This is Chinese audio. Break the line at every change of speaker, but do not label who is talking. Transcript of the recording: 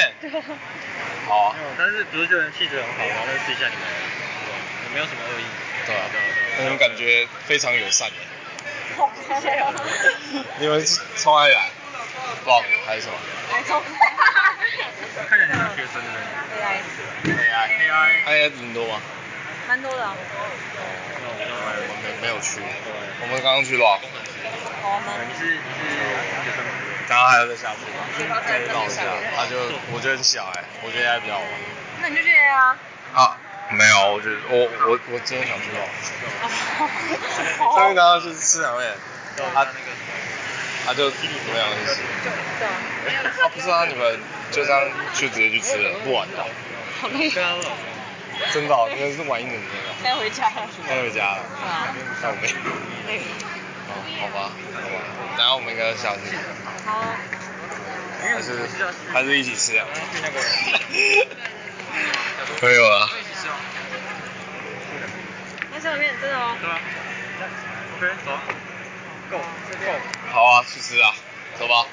哦
没，有，但是不是救人气质很好，然后认识一下你们，对也没有什么恶意。
对啊
对啊，
那
对啊
你们感觉非常友善耶。
好直
哎
接哦。
你们是从哪里来？忘了还是什么
台中。
看起来像学生的
AI，
人。
？AI AI AI 很多吗？
蛮多的啊。
那哦我就
我们没没有去，
对
我们刚刚去了。
我
呃你
们
是你是学生吗？
刚刚还有在下去吧？
学到
再绕一下，他就我觉得很小哎，我觉得 AI 比较好玩。
那你就去 AI 啊。
啊，没有，我觉得我我我今天想去哦。上面刚刚是吃两位，
就
他
他那个
他就怎么样意思？
对啊。
啊，不是啊，你们就这样就直接去吃了，不玩了，
好累。
对啊，我老 师
真的、哦，你们是玩一整天啊的，
该回家了。
带回家了，
对啊。
但我没有。
累。
哦，好吧，好吧，然后我们应该下去，
好。
还是还是一起吃啊？
去那个
没有啊，
那小里面真的哦。
对吧？OK，走啊，Go Go。
好啊，去吃啊，走吧。